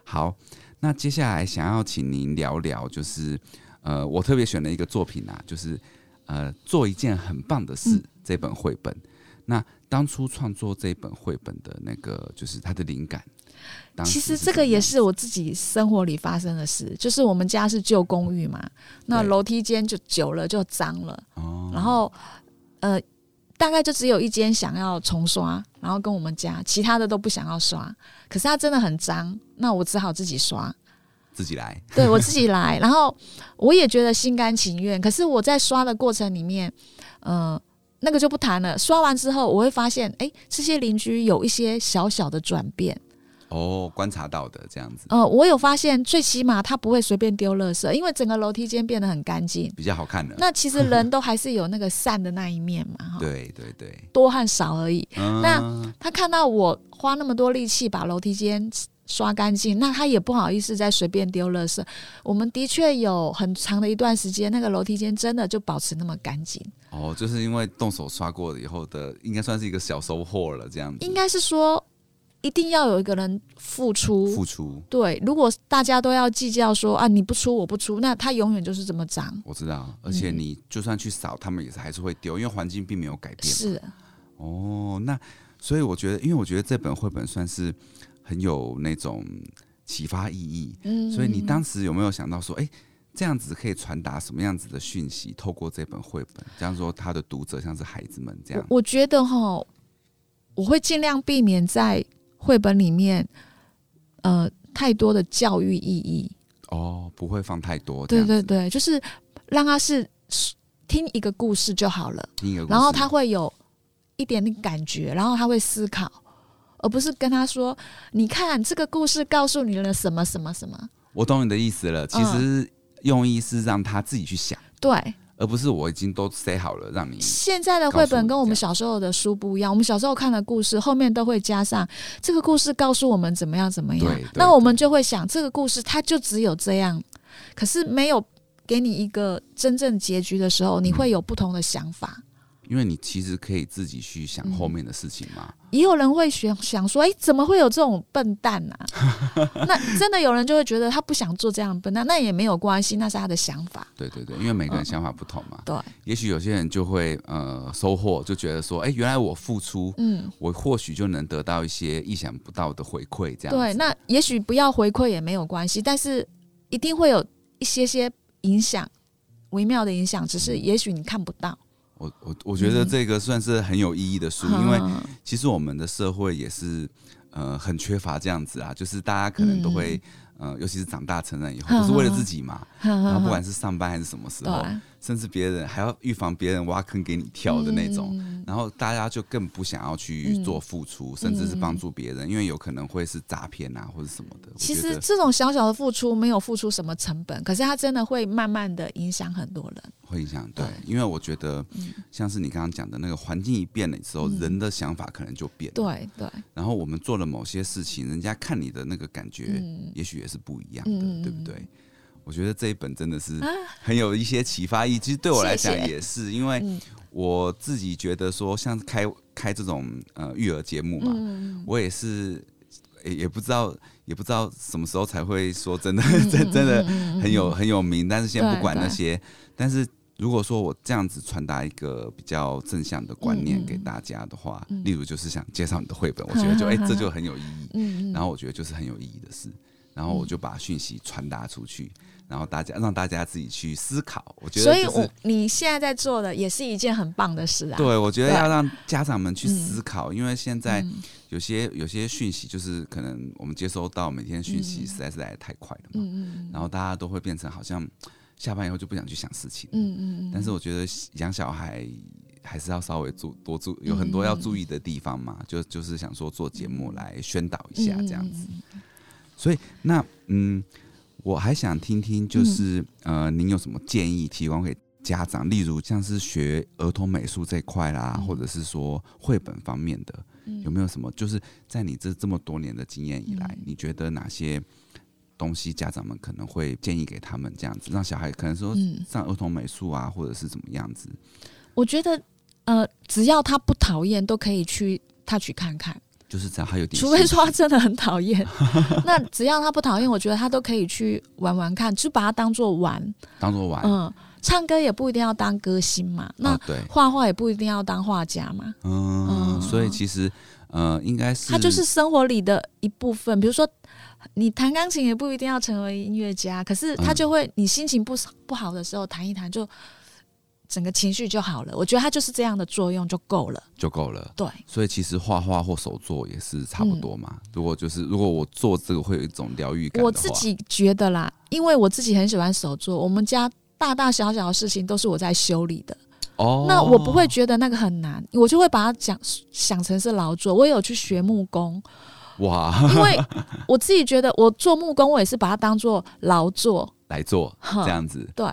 Speaker 1: 好，那接下来想要请您聊聊，就是呃，我特别选了一个作品啊，就是呃，做一件很棒的
Speaker 2: 嗯
Speaker 1: 事、这本绘本。那当初创作这本绘本的那个，就是它的灵感。当时
Speaker 2: 其实
Speaker 1: 是
Speaker 2: 这
Speaker 1: 怎
Speaker 2: 个
Speaker 1: 么样
Speaker 2: 也是我自己生活里发生的事，就是我们家是旧公寓嘛，那
Speaker 1: 对
Speaker 2: 楼梯间就久了就脏了，
Speaker 1: 哦，
Speaker 2: 然后呃，大概就只有一间想要重刷，然后跟我们家其他的都不想要刷，可是它真的很脏，那我只好自己刷，
Speaker 1: 自己来，
Speaker 2: (laughs) 对我自己来，然后我也觉得心甘情愿，可是我在刷的过程里面，呃。那个就不谈了。刷完之后，我会发现，哎、这些邻居有一些小小的转变，
Speaker 1: 哦，观察到的这样子
Speaker 2: 呃，我有发现，最起码他不会随便丢垃圾，因为整个楼梯间变得很干净。
Speaker 1: 比较好看的。
Speaker 2: 那其实人都还是有那个善的那一面嘛，哈，
Speaker 1: 对对对，
Speaker 2: 多和少而已。
Speaker 1: 嗯
Speaker 2: (laughs) 那他看到我花那么多力气把楼梯间刷干净，那他也不好意思再随便丢垃圾。我们的确有很长的一段时间，那个楼梯间真的就保持那么干净。
Speaker 1: 哦，就是因为动手刷过以后的，应该算是一个小收获了，这样子。
Speaker 2: 应该是说，一定要有一个人付出。
Speaker 1: 付出，
Speaker 2: 对，如果大家都要计较说啊，你不出我不出，那他永远就是这么脏。
Speaker 1: 我知道，而且
Speaker 2: 嗯
Speaker 1: 你就算去扫，他们也是还是会丢，因为环境并没有改变。
Speaker 2: 是，啊
Speaker 1: 哦，那所以我觉得，因为我觉得这本绘本算是很有那种启发意义，
Speaker 2: 嗯，
Speaker 1: 所以你当时有没有想到说，哎、这样子可以传达什么样子的讯息？透过这本绘本，这样说他的读者像是孩子们这样，
Speaker 2: 我我觉得哈，我会尽量避免在绘本里面，呃，太多的教育意义。
Speaker 1: 哦，不会放太多，
Speaker 2: 对
Speaker 1: 这样
Speaker 2: 对
Speaker 1: 子，
Speaker 2: 对，就是让他是听一个故事就好了，
Speaker 1: 听一个故事
Speaker 2: 然后他会有一点点感觉，然后他会思考，而不是跟他说：“你看这个故事告诉你了什么什么什么。
Speaker 1: 我懂你的意思了。其
Speaker 2: 嗯
Speaker 1: 实用意是让他自己去想，”
Speaker 2: 对，
Speaker 1: 而不是我已经都 say 好了让你。
Speaker 2: 现在的绘本跟我们小时候的书不一样，我们小时候看的故事后面都会加上这个故事告诉我们怎么样怎么样
Speaker 1: 对对，
Speaker 2: 那我们就会想这个故事它就只有这样，可是没有给你一个真正结局的时候，你会有不同的想法。
Speaker 1: 因为你其实可以自己去想后面的事情嘛。
Speaker 2: 也有人会想想说，哎、怎么会有这种笨蛋呢、 (laughs) 那真的有人就会觉得他不想做这样的笨蛋，那也没有关系，那是他的想法。
Speaker 1: 对对对，因为每个人想法不同嘛。
Speaker 2: 对，
Speaker 1: 也许有些人就会呃收获，就觉得说，哎、原来我付出，
Speaker 2: 嗯，
Speaker 1: 我或许就能得到一些意想不到的回馈，这样子
Speaker 2: 对，那也许不要回馈也没有关系，但是一定会有一些些影响，微妙的影响，只是也许你看不到。
Speaker 1: 我我我觉得
Speaker 2: 嗯
Speaker 1: 这个算是很有意义的书，因为其实我们的社会也是呃很缺乏这样子啊，就是大家可能都会、呃，尤其是长大成人以后，
Speaker 2: 嗯
Speaker 1: 都是为了自己嘛，然后
Speaker 2: 嗯
Speaker 1: 不管是上班还是什么时候，
Speaker 2: 对
Speaker 1: 甚至别人还要预防别人挖坑给你跳的那种，
Speaker 2: 嗯
Speaker 1: 然后大家就更不想要去做付出，甚至是帮助别人，因为有可能会是诈骗啊或者什么的。我
Speaker 2: 其
Speaker 1: 觉
Speaker 2: 实
Speaker 1: 得
Speaker 2: 这种小小的付出没有付出什么成本，可是它真的会慢慢的影响很多人。
Speaker 1: 会影响对
Speaker 2: 对，嗯
Speaker 1: 因为我觉得像是你刚刚讲的那个环境一变了之后，人的想法可能就变了。
Speaker 2: 对对，
Speaker 1: 然后我们做了某些事情，人家看你的那个感觉，也许也是不一样的，
Speaker 2: 嗯嗯嗯嗯啊
Speaker 1: 对不对？我觉得这一本真的是很有一些启发意义，其实对我来讲
Speaker 2: 谢谢
Speaker 1: 也是，因为
Speaker 2: 嗯
Speaker 1: 我自己觉得说，像开开这种呃育儿节目嘛，
Speaker 2: 嗯，
Speaker 1: 我也是也也不知道也不知道什么时候才会说真的，(laughs)
Speaker 2: 嗯
Speaker 1: 真真的很有很有名，但是先不
Speaker 2: 对
Speaker 1: 管那
Speaker 2: 嗯对
Speaker 1: 些，但是。如果说我这样子传达一个比较正向的观念
Speaker 2: 嗯嗯
Speaker 1: 给大家的话，
Speaker 2: 嗯
Speaker 1: 例如就是想介绍你的绘本，我觉得
Speaker 2: (laughs)
Speaker 1: 就哎、这就很有意义。
Speaker 2: 嗯嗯，
Speaker 1: 然后我觉得就是很有意义的事，然后我就把讯息传达出去，然后大家让大家自己去思考。我觉得、就
Speaker 2: 所
Speaker 1: 是，
Speaker 2: 以我你现在在做的也是一件很棒的事啊。
Speaker 1: 对，我觉得
Speaker 2: 对
Speaker 1: 要让家长们去思
Speaker 2: 嗯
Speaker 1: 考，因为现在有些有些讯息就是可能我们接收到每天讯息实在是来得太快了嘛，
Speaker 2: 嗯嗯
Speaker 1: 然后大家都会变成好像下班以后就不想去想事情。
Speaker 2: 嗯嗯嗯，
Speaker 1: 但是我觉得养小孩还是要稍微注多注，有
Speaker 2: 嗯
Speaker 1: 很多要注意的地方嘛，就就是想说做节目来宣导一下
Speaker 2: 嗯
Speaker 1: 这样子。所以那嗯，我还想听听，
Speaker 2: 嗯
Speaker 1: 就是、呃，您有什么建议提供给家长？例如像是学儿童美术这一块啦，
Speaker 2: 嗯
Speaker 1: 或者是说绘本方面的，有没有什么？就是在你这这么多年的经验以
Speaker 2: 嗯
Speaker 1: 来，你觉得哪些？东西家长们可能会建议给他们这样子，让小孩可能说
Speaker 2: 嗯，
Speaker 1: 上儿童美术啊，或者是怎么样子，
Speaker 2: 我觉得呃，只要他不讨厌，都可以去他去看看，
Speaker 1: 就是只要他有点兴
Speaker 2: 除
Speaker 1: 趣，
Speaker 2: 非说他真的很讨厌。那只要他不讨厌，我觉得他都可以去玩玩看，就把它当做玩。
Speaker 1: (laughs) 当做玩，
Speaker 2: 嗯，唱歌也不一定要当歌星嘛，那
Speaker 1: 哦、对，
Speaker 2: 画画也不一定要当画家嘛。
Speaker 1: 嗯，
Speaker 2: 嗯
Speaker 1: 所以其实呃，应该是
Speaker 2: 它就是生活里的一部分。比如说，你弹钢琴也不一定要成为音乐家，可是它
Speaker 1: 嗯
Speaker 2: 就会，你心情不不好的时候弹一弹就。整个情绪就好了，我觉得它就是这样的作用就够了。
Speaker 1: 就够了。
Speaker 2: 对，
Speaker 1: 所以其实画画或手作也是差不多嘛。如果就是如果我做这个会有一种疗愈感的话，
Speaker 2: 嗯我自己觉得啦，因为我自己很喜欢手作，我们家大大小小的事情都是我在修理的，
Speaker 1: 哦，
Speaker 2: 那我不会觉得那个很难，我就会把它讲想成是劳作。我也有去学木
Speaker 1: (laughs)
Speaker 2: 工，
Speaker 1: 哇 (laughs)
Speaker 2: 因为我自己觉得我做木工，我也是把它当做劳作。
Speaker 1: 来做
Speaker 2: 哼
Speaker 1: 这样子
Speaker 2: 对，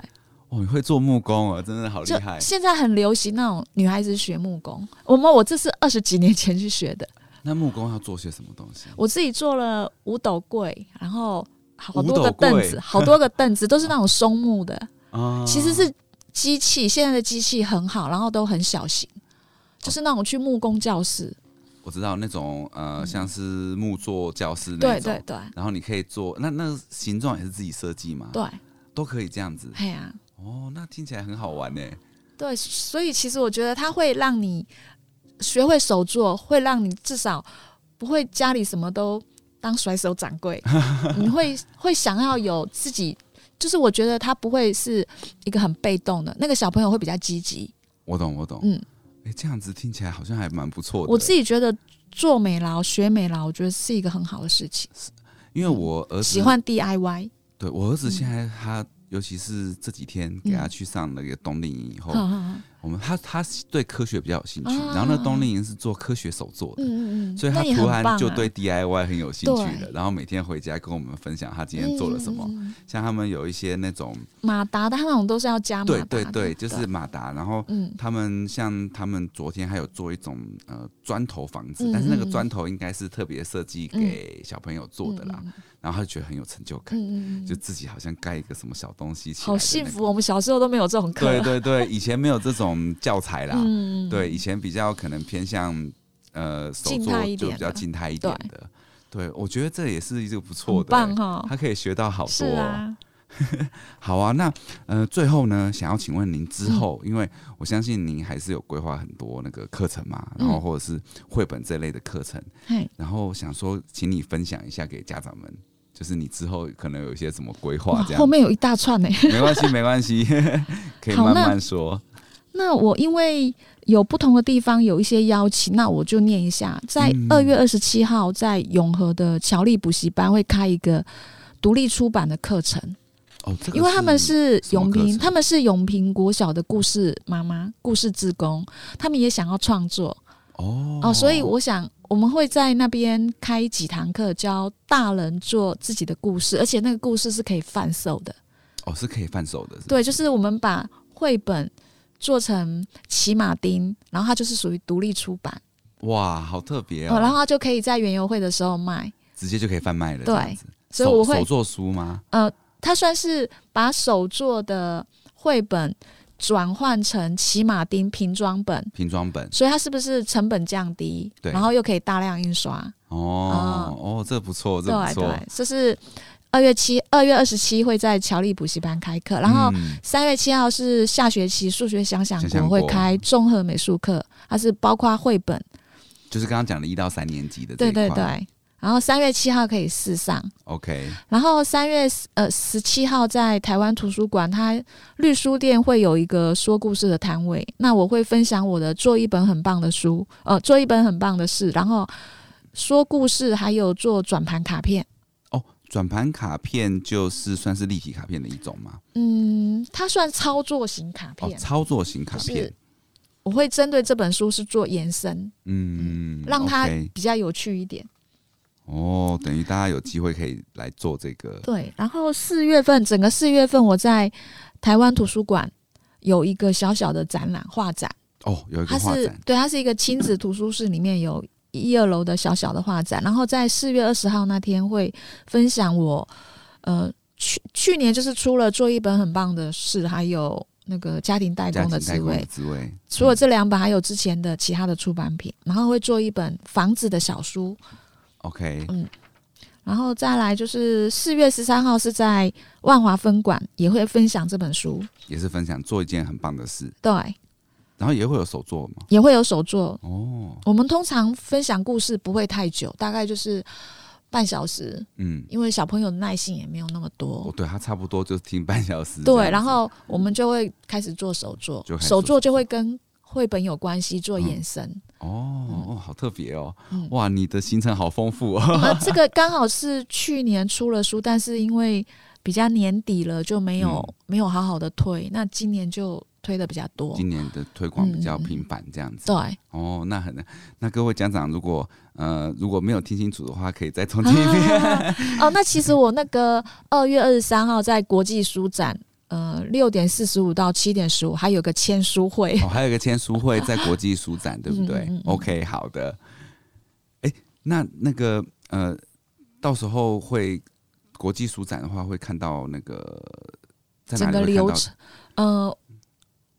Speaker 1: 哦，你会做木工啊，真的好厉
Speaker 2: 就
Speaker 1: 害。
Speaker 2: 现在很流行那种女孩子学木工，我们我这是二十几年前去学的，
Speaker 1: 那木工要做些什么东西？
Speaker 2: 我自己做了五斗柜，然后好
Speaker 1: 五斗
Speaker 2: 多个凳
Speaker 1: 柜
Speaker 2: 子，好多个凳子都是那种松木的。
Speaker 1: 啊，
Speaker 2: 其实是机器，现在的机器很好，然后都很小型，就是那种去木工教室。
Speaker 1: 我知道那种呃，像是木作教室那
Speaker 2: 嗯对
Speaker 1: 种，啊
Speaker 2: 对对
Speaker 1: 然后你可以做那那形状也是自己设计嘛，
Speaker 2: 对，
Speaker 1: 都可以这样子。
Speaker 2: 哎呀、
Speaker 1: 哦，那听起来很好玩欸呢。
Speaker 2: 对，所以其实我觉得它会让你学会手作，会让你至少不会家里什么都当甩手掌
Speaker 1: (laughs)
Speaker 2: 柜，你会会想要有自己。就是我觉得他不会是一个很被动的，那个小朋友会比较积极。
Speaker 1: 我懂，我懂。
Speaker 2: 嗯，
Speaker 1: 哎、这样子听起来好像还蛮不错的。
Speaker 2: 我自，己觉得做美劳、学美劳，我觉得是一个很好的事情。
Speaker 1: 因为我儿子
Speaker 2: 喜，欢 DIY，
Speaker 1: 对
Speaker 2: 嗯
Speaker 1: 我儿子现在他，尤其是这几天给他去上那个冬令营以后，
Speaker 2: (laughs) 哼哼哼
Speaker 1: 我们他他对科学比较有兴趣，
Speaker 2: 啊
Speaker 1: 然后呢，冬令营是做科学手作的，
Speaker 2: 嗯嗯嗯，
Speaker 1: 所以他
Speaker 2: 那也
Speaker 1: 突
Speaker 2: 很
Speaker 1: 然
Speaker 2: 棒
Speaker 1: 就
Speaker 2: 啊
Speaker 1: 对 DIY 很有兴趣了，
Speaker 2: 对
Speaker 1: 然后每天回家跟我们分享他今天做了什么。
Speaker 2: 嗯嗯嗯嗯
Speaker 1: 像他们有一些那种，
Speaker 2: 马达的，他那种都是要加马达
Speaker 1: 对
Speaker 2: 的，
Speaker 1: 对对，就是马达，然后
Speaker 2: 嗯
Speaker 1: 他们像他们昨天还有做一种呃砖头房子，
Speaker 2: 嗯
Speaker 1: 但是那个
Speaker 2: 嗯
Speaker 1: 砖头应该是特别设计给小朋友做的啦，
Speaker 2: 嗯
Speaker 1: 然后他就觉得很有成就感，
Speaker 2: 嗯嗯，
Speaker 1: 就自己好像盖一个什么小东西起来、
Speaker 2: 好幸福，。我哦们小时候都没有这种课，
Speaker 1: 对对对，以前没有这种教材啦，
Speaker 2: 嗯，
Speaker 1: 对，以前比较可能偏向呃手
Speaker 2: 静
Speaker 1: 作
Speaker 2: 态一
Speaker 1: 就
Speaker 2: 点
Speaker 1: 比较
Speaker 2: 的
Speaker 1: 静态一点
Speaker 2: 对
Speaker 1: 的。对，我觉得这也是一个不错
Speaker 2: 很
Speaker 1: 的、欸
Speaker 2: 棒哈，
Speaker 1: 他可以学到好
Speaker 2: 是
Speaker 1: 多、哦。
Speaker 2: 啊，
Speaker 1: 好啊，那呃，最后呢，想要请问您之
Speaker 2: 嗯
Speaker 1: 后，因为我相信您还是有规划很多那个课程嘛，然后
Speaker 2: 嗯
Speaker 1: 或者是绘本这类的课程，
Speaker 2: 嘿，
Speaker 1: 然后想说，请你分享一下给家长们，就是你之后可能有一些什么规
Speaker 2: 哇
Speaker 1: 划啊这，样
Speaker 2: 后。面有一大串欸呢。
Speaker 1: (laughs) 没关系，没关系，可以
Speaker 2: 好
Speaker 1: 慢
Speaker 2: 那
Speaker 1: 慢说。
Speaker 2: (laughs) 那我因为有不同的地方有一些邀请，那我就念一下，在
Speaker 1: 嗯
Speaker 2: 二月二十七号在永和的乔丽补习班会开一个独立出版的课程，
Speaker 1: 哦，这个
Speaker 2: 因为他们
Speaker 1: 是
Speaker 2: 是
Speaker 1: 什么
Speaker 2: 永
Speaker 1: 课
Speaker 2: 平，
Speaker 1: 程
Speaker 2: 他们是永平国小的故事妈妈、故事志工，他们也想要创作
Speaker 1: 哦
Speaker 2: 哦，所以我想我们会在那边开几堂课，教大人做自己的故事，而且那个故事是可以贩售的。
Speaker 1: 哦是可以贩售的，不
Speaker 2: 对，就是我们把绘本做成骑马丁，然后它就是属于独立出版，
Speaker 1: 哇，好特别
Speaker 2: 哦，然
Speaker 1: 哦，
Speaker 2: 后它就可以在园游会的时候卖。
Speaker 1: 直接就可以贩卖了，这
Speaker 2: 对
Speaker 1: 样子，
Speaker 2: 所以
Speaker 1: 手
Speaker 2: 我会
Speaker 1: 手作书吗？
Speaker 2: 呃，它算是把手做的绘本转换成骑马丁瓶装本，
Speaker 1: 拼装本
Speaker 2: 所以它是不是成本降低？
Speaker 1: 对
Speaker 2: 然后又可以大量印刷。
Speaker 1: 哦哦，这不错，这不
Speaker 2: 对
Speaker 1: 错
Speaker 2: 嗯对，，这是二月七、二月二十七会在乔丽补习班开课，然后
Speaker 1: 嗯
Speaker 2: 三月七号是下学期数学想想
Speaker 1: 想想
Speaker 2: 国会
Speaker 1: 国
Speaker 2: 开综合美术课，它是包括绘本，
Speaker 1: 就是刚刚讲的一到三年级的这一
Speaker 2: 对对
Speaker 1: 块
Speaker 2: 对。然后三月七号可以试上，
Speaker 1: ，OK，
Speaker 2: 然后三月呃十七号在台湾图书馆，它绿书店会有一个说故事的摊位。那我会分享我的做一本很棒的书，呃，做一本很棒的事，然后说故事，还有做转盘卡片。
Speaker 1: 哦，转盘卡片就是算是立体卡片的一种嘛，
Speaker 2: 嗯，它算操作型卡
Speaker 1: 哦，
Speaker 2: 片，
Speaker 1: 操作型卡
Speaker 2: 就是
Speaker 1: 片，
Speaker 2: 我会针对这本书是做延伸，
Speaker 1: 嗯，
Speaker 2: 让它
Speaker 1: OK
Speaker 2: 比较有趣一
Speaker 1: 嗯
Speaker 2: 点。
Speaker 1: 哦，等于大家有机会可以来做这个，
Speaker 2: 对，然后四月份整个四月份我在台湾图书馆有一个小小的展览画展。
Speaker 1: 哦，有一
Speaker 2: 它
Speaker 1: 个画
Speaker 2: 是
Speaker 1: 展，
Speaker 2: 对，它是一个亲子图书室，里面有一二楼的小小的画展，然后在四月二十号那天会分享我呃去去年就是出了做一本很棒的事，还有那个家庭代
Speaker 1: 家
Speaker 2: 工的
Speaker 1: 庭代
Speaker 2: 滋
Speaker 1: 工的
Speaker 2: 味。
Speaker 1: 滋味，
Speaker 2: 除了这两本，还有之前的其他的出版品，然后会做一本房子的小书，
Speaker 1: OK，
Speaker 2: 嗯然后再来就是四月十三号是在万华分馆也会分享这本书，
Speaker 1: 也是分享做一件很棒的事，
Speaker 2: 对，
Speaker 1: 然后也会有手作嘛，
Speaker 2: 也会有手作，
Speaker 1: 哦，
Speaker 2: 我们通常分享故事不会太久，大概就是半小时，
Speaker 1: 嗯，
Speaker 2: 因为小朋友的耐性也没有那么
Speaker 1: 哦
Speaker 2: 多。，
Speaker 1: 对，他差不多就是听半小时这样子，嗯
Speaker 2: 对，然后我们就会开始做手作
Speaker 1: 就，开始做
Speaker 2: 手作就会跟绘本有关系，做延伸。
Speaker 1: 哦，哦，好特别哦，
Speaker 2: 嗯
Speaker 1: 哇，你的行程好丰富哦，
Speaker 2: 那这个刚好是去年出了书，但是因为比较年底了，就没有、
Speaker 1: 嗯
Speaker 2: 没有好好的推。那今年就推的比较多。
Speaker 1: (laughs) 今年的推广比较
Speaker 2: 嗯嗯嗯
Speaker 1: 频繁这样子，
Speaker 2: 对，
Speaker 1: 哦，那很那各位家长如果呃如果没有听清楚的话，可以再重
Speaker 2: (laughs)
Speaker 1: 听一遍。
Speaker 2: 啊哦，那其实我那个二月二十三号在国际书展，呃，六点四十五到七点十五，还有个签书会。
Speaker 1: (laughs) 哦，还有一个签书
Speaker 2: (laughs)
Speaker 1: 会在国际书展，对不对、
Speaker 2: 嗯嗯嗯
Speaker 1: o k 好的。哎、那那个呃，到时候会国际书展的话，会看到那个在哪
Speaker 2: 整
Speaker 1: 里会
Speaker 2: 个
Speaker 1: 看
Speaker 2: 流
Speaker 1: 到？
Speaker 2: 程，呃，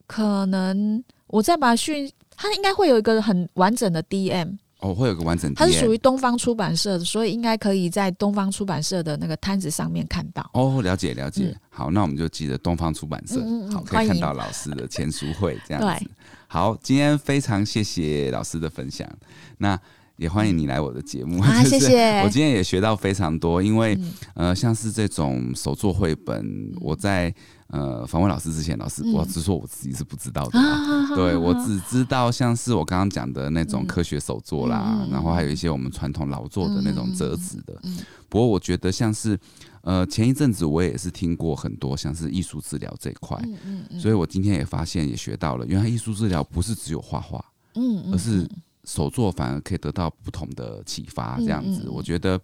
Speaker 2: 可能我再把讯，它应该会有一个很完整的 DM，
Speaker 1: 哦，会有个完整体
Speaker 2: 它
Speaker 1: 验。
Speaker 2: 是属于东方出版社的，所以应该可以在东方出版社的那个摊子上面看到。
Speaker 1: 哦，了解了解、
Speaker 2: 嗯
Speaker 1: 好，那我们就记得东方出版社，
Speaker 2: 嗯嗯嗯
Speaker 1: 好可
Speaker 2: 欢
Speaker 1: 以
Speaker 2: 迎
Speaker 1: 看到老师的签书会这样子
Speaker 2: 对。
Speaker 1: 好，今天非常谢谢老师的分享。那也欢迎你来我的节目。
Speaker 2: 啊，
Speaker 1: 就是
Speaker 2: 谢谢
Speaker 1: 我。今天也学到非常多，因为、
Speaker 3: 嗯
Speaker 1: 呃，像是这种手作绘本，我在呃访问老师之前，老师、
Speaker 2: 嗯
Speaker 1: 我只说我自己是不知道的
Speaker 2: 啊
Speaker 1: 啦。
Speaker 2: 好
Speaker 3: (laughs)
Speaker 2: 好
Speaker 1: 对，
Speaker 2: 好
Speaker 1: 我
Speaker 2: 好
Speaker 1: 只知道像是我刚刚讲的那
Speaker 3: 嗯
Speaker 1: 种科学手作啦，
Speaker 2: 嗯嗯
Speaker 1: 然后还有一些我们传统劳作的那种折纸的。
Speaker 3: 嗯嗯
Speaker 1: 不过我觉得像是，呃，前一阵子我也是听过很多像是艺术治疗这一块，
Speaker 3: 嗯嗯嗯，
Speaker 1: 所以我今天也发现也学到了，原来艺术治疗不是只有画画，
Speaker 3: 嗯嗯
Speaker 1: 而是手作反而可以得到不同的启发。这样子，
Speaker 3: 嗯嗯嗯
Speaker 1: 我觉得，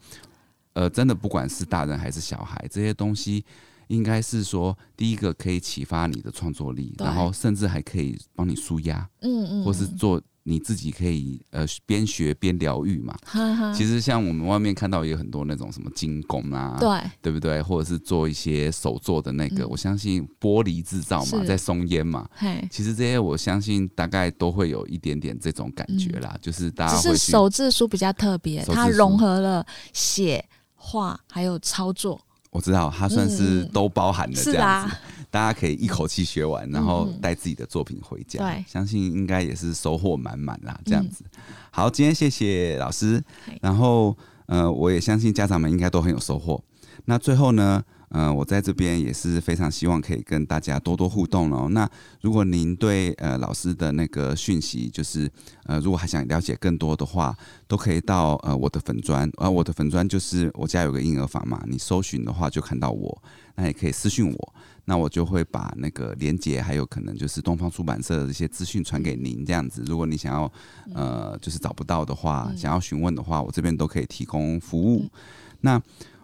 Speaker 1: 呃，真的不管是大人还是小孩，这些东西应该是说，第一个可以启发你的创作力，
Speaker 3: 对
Speaker 1: 然后甚至还可以帮你舒压，
Speaker 3: 嗯嗯，
Speaker 1: 或是做你自己可以呃边学边疗愈嘛。
Speaker 3: 哈哈，
Speaker 1: 其实像我们外面看到也有很多那种什么精工啊，
Speaker 3: 对
Speaker 1: 对不对？或者是做一些手做的那个，
Speaker 3: 嗯
Speaker 1: 我相信玻璃制造嘛，
Speaker 3: 是
Speaker 1: 在松烟嘛，
Speaker 3: 嘿，
Speaker 1: 其实这些我相信大概都会有一点点这种感觉啦，就是大家
Speaker 3: 嗯只
Speaker 1: 会
Speaker 3: 是
Speaker 1: 去
Speaker 3: 手字书比较特别，
Speaker 1: 手字
Speaker 3: 它
Speaker 1: 书
Speaker 3: 融合了写、画还有操作。
Speaker 1: 我知道它算是都包含了这
Speaker 3: 嗯是
Speaker 1: 样子，
Speaker 3: 啊，
Speaker 1: 大家可以一口气学完，然后
Speaker 3: 嗯
Speaker 1: 带自己的作品回家，
Speaker 3: 对嗯
Speaker 1: 相信应该也是收获满满啦。这样子，好，今天谢谢老师
Speaker 3: 嗨，
Speaker 1: 然后呃，我也相信家长们应该都很有收获。那最后呢，呃，我在这边也是非常希望可以跟大家多多互动哦。那如果您对呃老师的那个讯息，就是呃如果还想了解更多的话，都可以到呃我的粉砖，而、我的粉砖就是我家有个婴儿房嘛，你搜寻的话就看到我，那也可以私讯我，那我就会把那个连接还有可能就是东方出版社的一些资讯传给您这样子。如果你想要呃就是找不到的话，
Speaker 3: 嗯
Speaker 1: 想要询问的话，我这边都可以提供服务。
Speaker 3: 嗯
Speaker 1: 那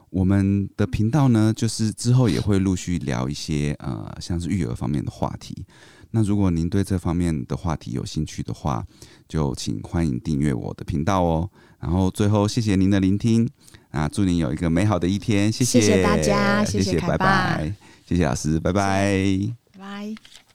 Speaker 1: 我们的频道呢，就是之后也会陆续聊一些呃，像是育儿方面的话题。那如果您对这方面的话题有兴趣的话，就请欢迎订阅我的频道哦。然后最后，谢谢您的聆听啊，祝您有一个美好的一天，谢
Speaker 3: 谢谢大家
Speaker 1: 谢
Speaker 3: 谢谢凯
Speaker 1: 拜
Speaker 3: 爸
Speaker 1: 拜，谢谢老师，拜拜。
Speaker 3: 拜拜。